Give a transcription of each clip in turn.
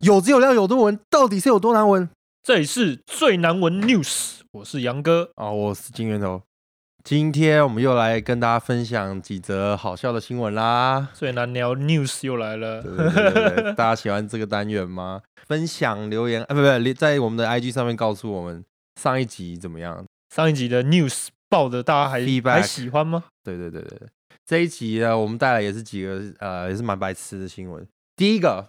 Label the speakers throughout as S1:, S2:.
S1: 有滋有料有多文，到底是有多难闻？
S2: 这里是最难闻 news，我是杨哥。
S1: 啊、我是金源头。今天我们又来跟大家分享几则好笑的新闻啦。
S2: 最难聊 news 又来了，
S1: 对对对对 对大家喜欢这个单元吗？分享留言，啊，不不，留在我们的 IG 上面告诉我们上一集怎么样。
S2: 上一集的 news 爆的，大家还
S1: Feedback
S2: 还喜欢吗？
S1: 对对对对对，这一集呢，我们带来也是几个呃，也是蛮白痴的新闻。第一个，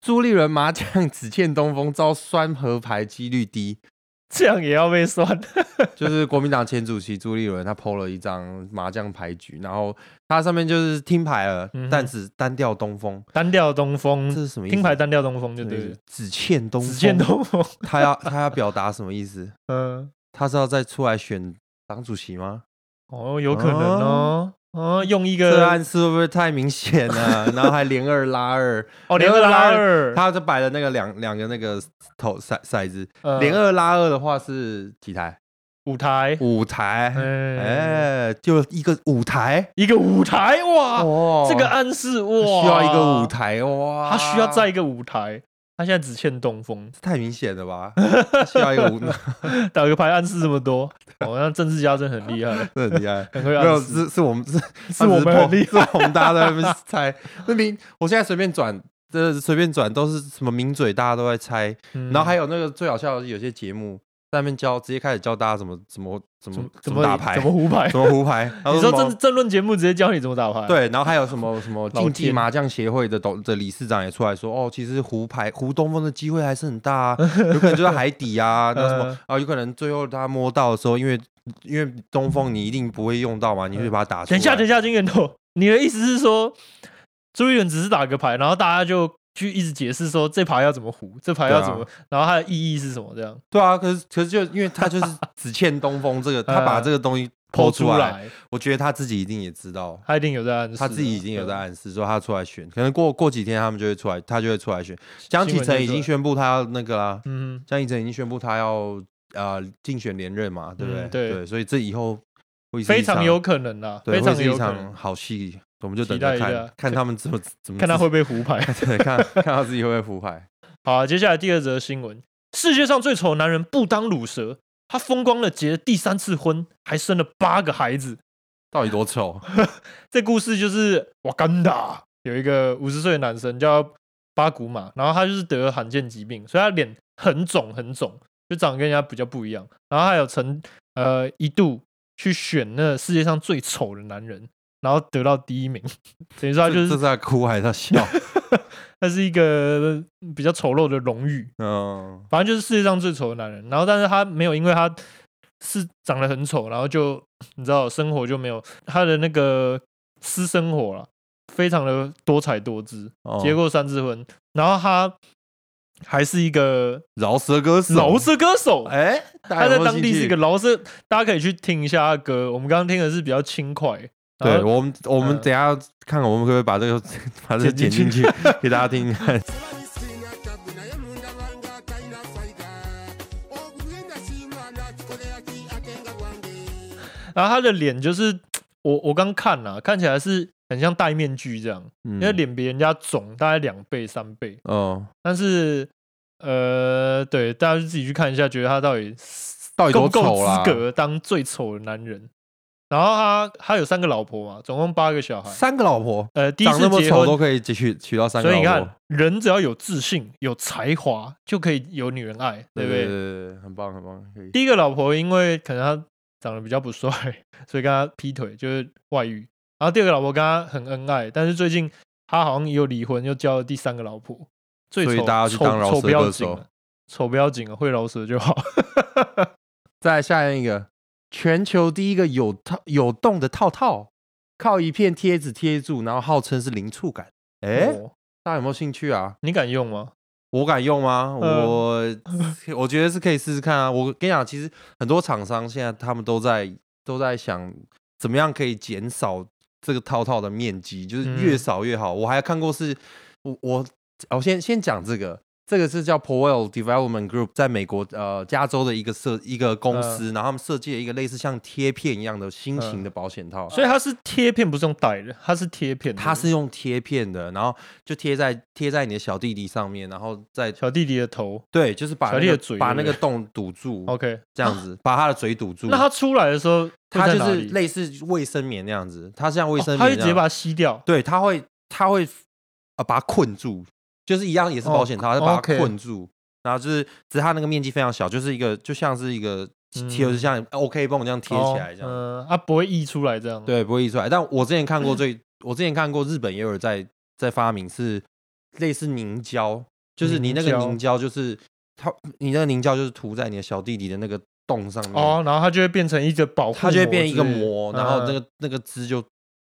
S1: 朱立伦麻将只欠东风，遭酸和牌几率低。
S2: 这样也要被 酸？
S1: 就是国民党前主席朱立伦，他 PO 了一张麻将牌局，然后他上面就是听牌了，
S2: 嗯哼
S1: 但只单调东风，
S2: 单调东
S1: 这
S2: 风，
S1: 是什么意思？
S2: 听牌单调东风就对
S1: 对
S2: 了，，
S1: 只欠东风，
S2: 只见东风。
S1: 他要他要表达什么意思？
S2: 嗯，
S1: 他是要再出来选党主席吗？
S2: 哦，有可能哦。哦，用一
S1: 这
S2: 个
S1: 暗示会不会太明显了、然后还连二拉二，
S2: 哦，连二拉二，
S1: 他就摆了那个两两个那个头骰骰子，
S2: 呃
S1: 连二拉二的话是几台？
S2: 舞台，
S1: 五台，
S2: 哎，
S1: 哎、就一个舞台。
S2: 一个舞台哇，
S1: 哦
S2: 啊这个暗示哇，
S1: 需要一个舞，台哇，
S2: 他需要在，一个舞台，他现在只欠东风。
S1: 太明显了吧？他需要一 个舞，
S2: 打个牌暗示这么多，哦，那政治家真的很 厉害，
S1: 这很厉害。
S2: 很会
S1: 没有，
S2: 暗示，
S1: 是是我们是
S2: 是我啊们很厉害。
S1: 害，是我们大家都在那 边猜。那明，我现在随便转，这随便转都是什么名嘴，大家都在猜。
S2: 嗯
S1: 然后还有那个最好笑的，是，有些节目在那边教，直接开始教大家怎么怎么怎
S2: 怎
S1: 么
S2: 么嗯怎
S1: 么
S2: 么
S1: 打牌，
S2: 怎么胡牌
S1: 怎？么胡牌。然后
S2: 你说
S1: 什么
S2: 政政论节目直接教你怎么打牌？，
S1: 对，然后还有什么什么
S2: 啊老
S1: 竞技
S2: 天
S1: 麻将协会的董的理事长也出来说，哦，其实胡牌胡东风的机会还是很大啊，有可能就在海底啊，那什么
S2: 嗯
S1: 啊，有可能最后他摸到的时候，因为因为东风你一定不会用到嘛，你会把它打出来。
S2: 嗯等一下，等一下，金源头，你的意思是说朱一远只是打个牌，然后大家就去一直解释说这牌要怎么胡，这牌要怎么，
S1: 啊
S2: 然后它的意义是什么？这样
S1: 对啊，可是可是就因为他就是只欠东风这个，他把
S2: 嗯
S1: 这个东西
S2: 抛
S1: 抛
S2: 出
S1: 出来，
S2: 来，
S1: 我觉得他自己一定也知道。
S2: 他一啊定有在暗示，
S1: 他自己已经有在暗示说他出来选，可能过过几天他们就会出来，他就会出来选。江启
S2: 新闻
S1: 程
S2: 就
S1: 已经
S2: 出
S1: 宣布他要那个啦，
S2: 嗯，
S1: 江宜晨已经宣布他要呃竞选连任嘛，对不对？
S2: 嗯对
S1: 所以这以后会是
S2: 非
S1: 一场
S2: 常有可能啦，
S1: 对，
S2: 非
S1: 会
S2: 常
S1: 是一
S2: 有可能
S1: 场，好戏，我们就等
S2: 期待
S1: 着
S2: 一
S1: 看
S2: 下
S1: 看他们怎么怎么
S2: 看他会不会胡牌。
S1: 自己 对看看他自 己会不会浮牌。
S2: 好、啊接下来第二则新闻：世界上最丑的男人不当乳蛇，他风光了结了第三次婚，还生了八个孩子。
S1: 到底多丑？
S2: 这故事就是瓦干达有一个五十岁的男生叫巴古马，然后他就是得了罕见疾病，所以他脸很肿很肿，就长得跟人家比较不一样。然后他有曾呃一度去选那世界上最丑的男人，然后得到第一名， 等于 说他就
S1: 这这
S2: 是
S1: 是在哭还是在笑？
S2: 他是一个比较丑陋的荣誉。
S1: 嗯，
S2: 反正就是世界上最丑的男人。然后，但是他没有，因为他是长得很丑，然后就你知道，生活就没有他的那个私生活了，非常的多彩多姿。
S1: 哦
S2: 结果三次婚，然后他还是一个
S1: 饶舌歌手，
S2: 饶舌歌手。
S1: 哦哎，大家
S2: 他
S1: 有
S2: 在
S1: 没有
S2: 当
S1: 兴
S2: 地是
S1: 趣
S2: 一个饶舌，大家可以去听一下他的歌。我们刚刚听的是比较轻快，
S1: 对我们，我们
S2: 嗯
S1: 等一下看看我们可不可以把这个把这个剪
S2: 剪
S1: 进
S2: 进
S1: 去给大家听听看。
S2: 然后他的脸就是我我刚看了、看起来是很像戴面具这样，
S1: 因
S2: 因为脸比人家肿大概两倍三倍。
S1: 嗯哦，
S2: 但是呃，对，大家就自己去看一下，觉得他到底是
S1: 到底多
S2: 够不够
S1: 丑啦
S2: 资？格当最丑的男人。然后他他有三个老婆嘛，总共八个小孩。
S1: 三个老婆，
S2: 呃，第一
S1: 长
S2: 次
S1: 那么
S2: 结
S1: 丑都
S2: 婚，
S1: 可以娶娶到三个
S2: 所
S1: 老
S2: 以你
S1: 婆
S2: 看，，人只要有自信、有才华，就可以有女人爱，对不
S1: 对
S2: 对？
S1: 对对，很棒很棒，可以。
S2: 第一个老婆因为可能她长得比较不帅，所以跟他劈腿，就是外遇。然后第二个老婆跟他很恩爱，但是最近他好像也有离婚，又交了第三个老婆。最
S1: 所以
S2: 丑
S1: 大家去
S2: 丑
S1: 当饶
S2: 丑
S1: 舌
S2: 不要
S1: 歌
S2: 紧
S1: 手
S2: 了，丑不要紧了，会饶舌就好。
S1: 再来下一个，全球第一个有套有洞的套套，靠一片贴纸贴住，然后号称是零触感。哎、
S2: 哦
S1: 大家有没有兴趣啊？
S2: 你敢用吗？
S1: 我敢用吗？
S2: 呃
S1: 我、 我觉得是可以试试看啊。我跟你讲，其实很多厂商现在他们都在都在想，怎么样可以减少这个套套的面积，就是越
S2: 嗯
S1: 哦少越好。我还看过是，我我我先先讲这个，这个是叫 Powell Development Group，在美国呃加州的一个设一个
S2: 嗯
S1: 公司，然后他们设计了一个类似像贴片一样的新型的保险套，
S2: 所以它是贴片，不是用带的，它是贴片的，
S1: 它啊是用贴片的，然后就贴在贴在你的小弟弟上面，然后再
S2: 小弟弟的头。
S1: 对，就是把那
S2: 小弟的
S1: 个
S2: 嘴
S1: 把
S2: 对
S1: 那
S2: 不对
S1: 个洞堵住，
S2: OK，
S1: 这样子把他的嘴堵住。
S2: 那它出来的时候，
S1: 它嗯就
S2: 会在哪
S1: 是
S2: 里
S1: 类似卫生棉那样子，它像卫生棉
S2: 哦
S1: 那
S2: 它
S1: 样，
S2: 就直接把它吸掉。
S1: 对，它会它会啊把它困住，就是一样也是保险套，它、把它
S2: 哦 OK
S1: 困住，然后就是只是它那个面积非常小，就是一个就像是一个
S2: 嗯
S1: 贴，就是像 OK 绷这样贴起来这样，
S2: 哦嗯，它不会溢出来这样。，
S1: 对，不会溢出来。但我之前看过最， 我之前看过日本也有人在在发明是类似凝胶，就是你那个
S2: 凝胶
S1: 凝胶就是它，你那个凝胶就是涂在你的小弟弟的那个洞上面，
S2: 哦，然后它就会变成一个保护，
S1: 它就会变一个膜，然后那
S2: 这
S1: 个那个汁就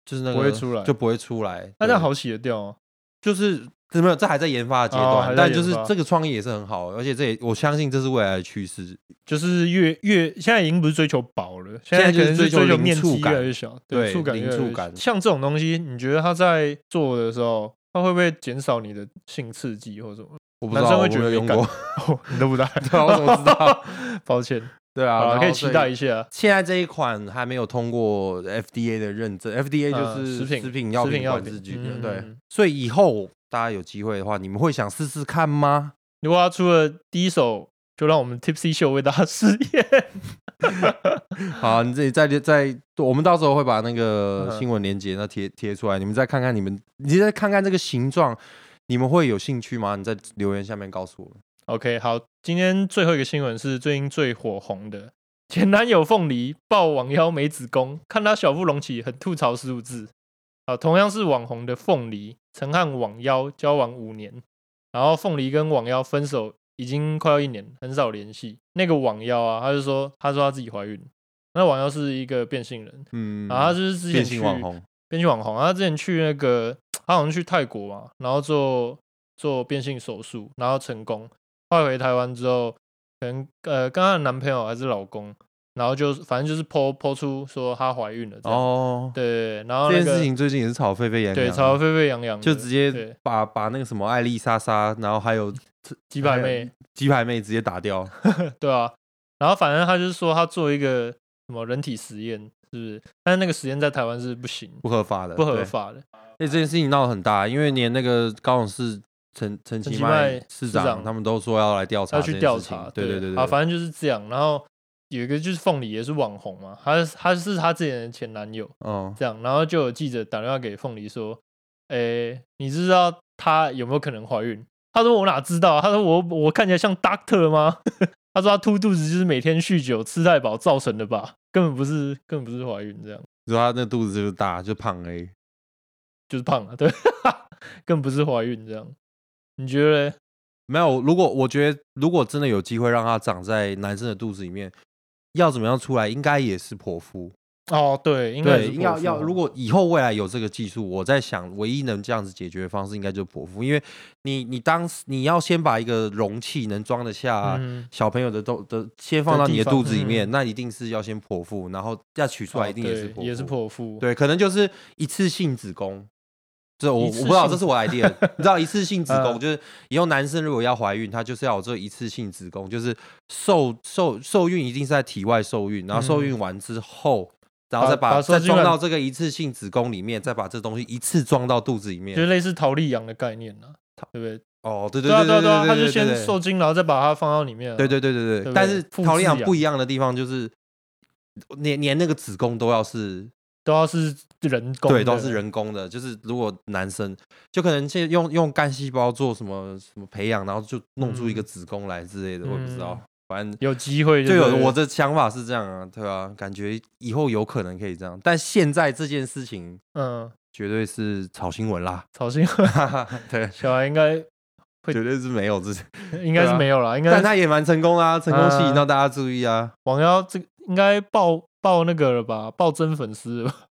S1: 就是那个
S2: 嗯不会出来
S1: 就不会出来。
S2: 那这样
S1: 对
S2: 好洗得掉哦。
S1: 就是没有，这还在研发的阶
S2: 哦
S1: 段，
S2: 还在
S1: 但就是
S2: 研发
S1: 这个创意也是很好，而且这也我相信这是未来的趋势。
S2: 就是越越现在已经不是追求薄了，现在
S1: 现在就是
S2: 可能是
S1: 追求
S2: 追求
S1: 零
S2: 面
S1: 触
S2: 积越
S1: 感
S2: 来越小，
S1: 对
S2: 触感
S1: 零
S2: 越来
S1: 触
S2: 越
S1: 感
S2: 像这种东西，你觉得它在做的时候，它会不会减少你的性刺激或什么？
S1: 我不知
S2: 男
S1: 道，
S2: 生会
S1: 我
S2: 觉得
S1: 没有用
S2: 没感
S1: 过，
S2: 哦，你都不带，
S1: 对啊我怎么知道？
S2: 抱歉，
S1: 对
S2: 好
S1: 啊，
S2: 了，可以期待
S1: 下。
S2: 一下。
S1: 现在这一款还没有通过 FDA 的认证，FDA
S2: 嗯
S1: 就是
S2: 食品
S1: 食品药
S2: 食品
S1: 品
S2: 药
S1: 管
S2: 品
S1: 制局
S2: 嗯
S1: 的，
S2: 嗯
S1: 对
S2: 嗯。
S1: 所以以后大家有机会的话，你们会想试试看 吗？
S2: 如果他出了第一首，就让我们 Tipsy 秀为大家试验。
S1: 好，你自己再再，我们到时候会把那个
S2: 嗯
S1: 新闻链接那贴贴出来，你们再看看你们，你再看看这个形状，你们会有兴趣吗？你在留言下面告诉我们。
S2: OK，好，今天最后一个新闻是最近最火红的，前男友凤梨抱网腰没子宫，看他小腹隆起，很吐槽十五字。啊，同样是网红的凤梨，曾和网腰交往五年，然后凤梨跟网腰分手已经快要一年，很少联系。那个网腰啊，他就说，他说他自己怀孕，那网腰是一个变性人，
S1: 嗯，
S2: 然后啊他就是之前
S1: 变
S2: 去
S1: 性网红，
S2: 变性网红，他之前去那个，他好像去泰国嘛，然后做做变性手术，然后成功，后来回台湾之后，可能呃跟她的男朋友还是老公，然后就反正就是剖剖出说她怀孕了这样，
S1: 哦，
S2: 对对，对然后
S1: 这
S2: 那
S1: 件
S2: 个
S1: 事情最近也是炒沸沸扬扬，
S2: 对吵得沸沸扬扬的，
S1: 就直接
S2: 对
S1: 把把那个什么艾丽莎莎，然后还有
S2: 几百
S1: 还有
S2: 妹，
S1: 鸡排妹直接打掉。
S2: 对啊，然后反正他就是说他做一个什么人体实验，是不是？但是那个实验在台湾是不行，
S1: 不合法的，
S2: 不合
S1: 呃对。
S2: 法的，
S1: 哎，这件事情闹得很大，因为连那个高雄市陈陈
S2: 陈
S1: 其
S2: 其
S1: 迈
S2: 迈
S1: 市
S2: 市
S1: 长
S2: 长
S1: 他们都说要来调查
S2: 要
S1: 这件事情，
S2: 去调查，
S1: 对对对
S2: 啊，
S1: 对，
S2: 反正就是这样。然后有一个就是凤梨也是网红嘛，他他是他之前的前男友
S1: 哦，
S2: 这样，然后就有记者打电话给凤梨说，诶、你知道她有没有可能怀孕？他说我哪知道啊？他说我我看起来像 doctor 吗？ 他说他凸肚子就是每天酗酒吃太饱造成的吧，根本不是根本不是怀孕这样。
S1: 你说他那肚子就是大，就胖 A。
S2: 就是胖啊了，对， 更不是怀孕这样。你觉得嘞？
S1: 没有，如果我觉得如果真的有机会让它长在男生的肚子里面，要怎么样出来，应该也是剖腹。
S2: 哦，对，应该
S1: 对，要要
S2: 啊
S1: 如果以后未来有这个技术，我在想，唯一能这样子解决的方式，应该就是剖腹，因为你你当时你要先把一个容器能装得下、
S2: 啊，嗯
S1: 小朋友的都的先放到你的
S2: 地方
S1: 肚子里面，
S2: 嗯
S1: 那一定是要先剖腹，然后要取出来，一定也是
S2: 哦
S1: 剖
S2: 对
S1: 腹，
S2: 也是剖腹，，
S1: 对，可能就是一次性子宫。这我
S2: 一
S1: 我
S2: 次
S1: 不知道，
S2: 性
S1: 这是我 idea。你知 道一次性子宫
S2: 嗯
S1: 就是以后男生如果要怀孕，他就是要有这一次性子宫，就是受受受孕一定是在体外受孕，然后受孕完之后，然后再
S2: 嗯把
S1: 把
S2: 把受
S1: 再
S2: 精
S1: 装
S2: 卵
S1: 到这个一次性子宫里面，再把这东西一次装到肚子里
S2: 就是
S1: 面。
S2: 类似逃利羊的概念呢、啊，对不对？
S1: 哦，对
S2: 啊，
S1: 对
S2: 对啊，
S1: 对
S2: 对啊，他
S1: 对
S2: 就
S1: 对
S2: 先
S1: 对
S2: 受精，然后再把它放到里面、啊，
S1: 对对对对
S2: 对不
S1: 对，但
S2: 对
S1: 是
S2: 复
S1: 桃
S2: 制
S1: 李养
S2: 养
S1: 不一样的地方就是，连连那个子宫都要是
S2: 都要是人工，
S1: 对，都是，人工的。就是如果男生就可能现用用干细胞做什么什么培养，然后就弄出一个
S2: 嗯
S1: 子宫来之类的，我也不知道
S2: 嗯，
S1: 反正。
S2: 有机会
S1: 就
S2: 对
S1: 有
S2: 了
S1: 我的想法是这样啊，对啊，感觉以后有可能可以这样，但现在这件事情
S2: 嗯，
S1: 绝对是炒新闻啦，
S2: 曹新
S1: 对，
S2: 小孩 应该 会
S1: 绝对是没有这，
S2: 应该
S1: 对
S2: 是
S1: 啊
S2: 没有啦，应该
S1: 但他也蛮成功啦、成功吸引
S2: 嗯
S1: 到大家注意啊，
S2: 网妖这个应该爆爆那个了吧？爆真粉丝了吧？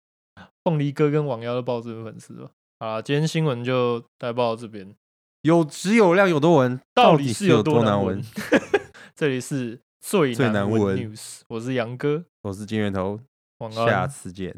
S2: 凤梨哥跟网妖都爆真粉丝了。啊，今天新闻就带报到这边，
S1: 有质有量有多闻，
S2: 到
S1: 底
S2: 底
S1: 是
S2: 是
S1: 有
S2: 有
S1: 多
S2: 多
S1: 难
S2: 难
S1: 闻
S2: 闻？？ 这里是最
S1: 最
S2: 难
S1: 难
S2: 闻
S1: 闻
S2: news，我是杨哥，
S1: 我是金源头，
S2: 晚安
S1: 下。次见。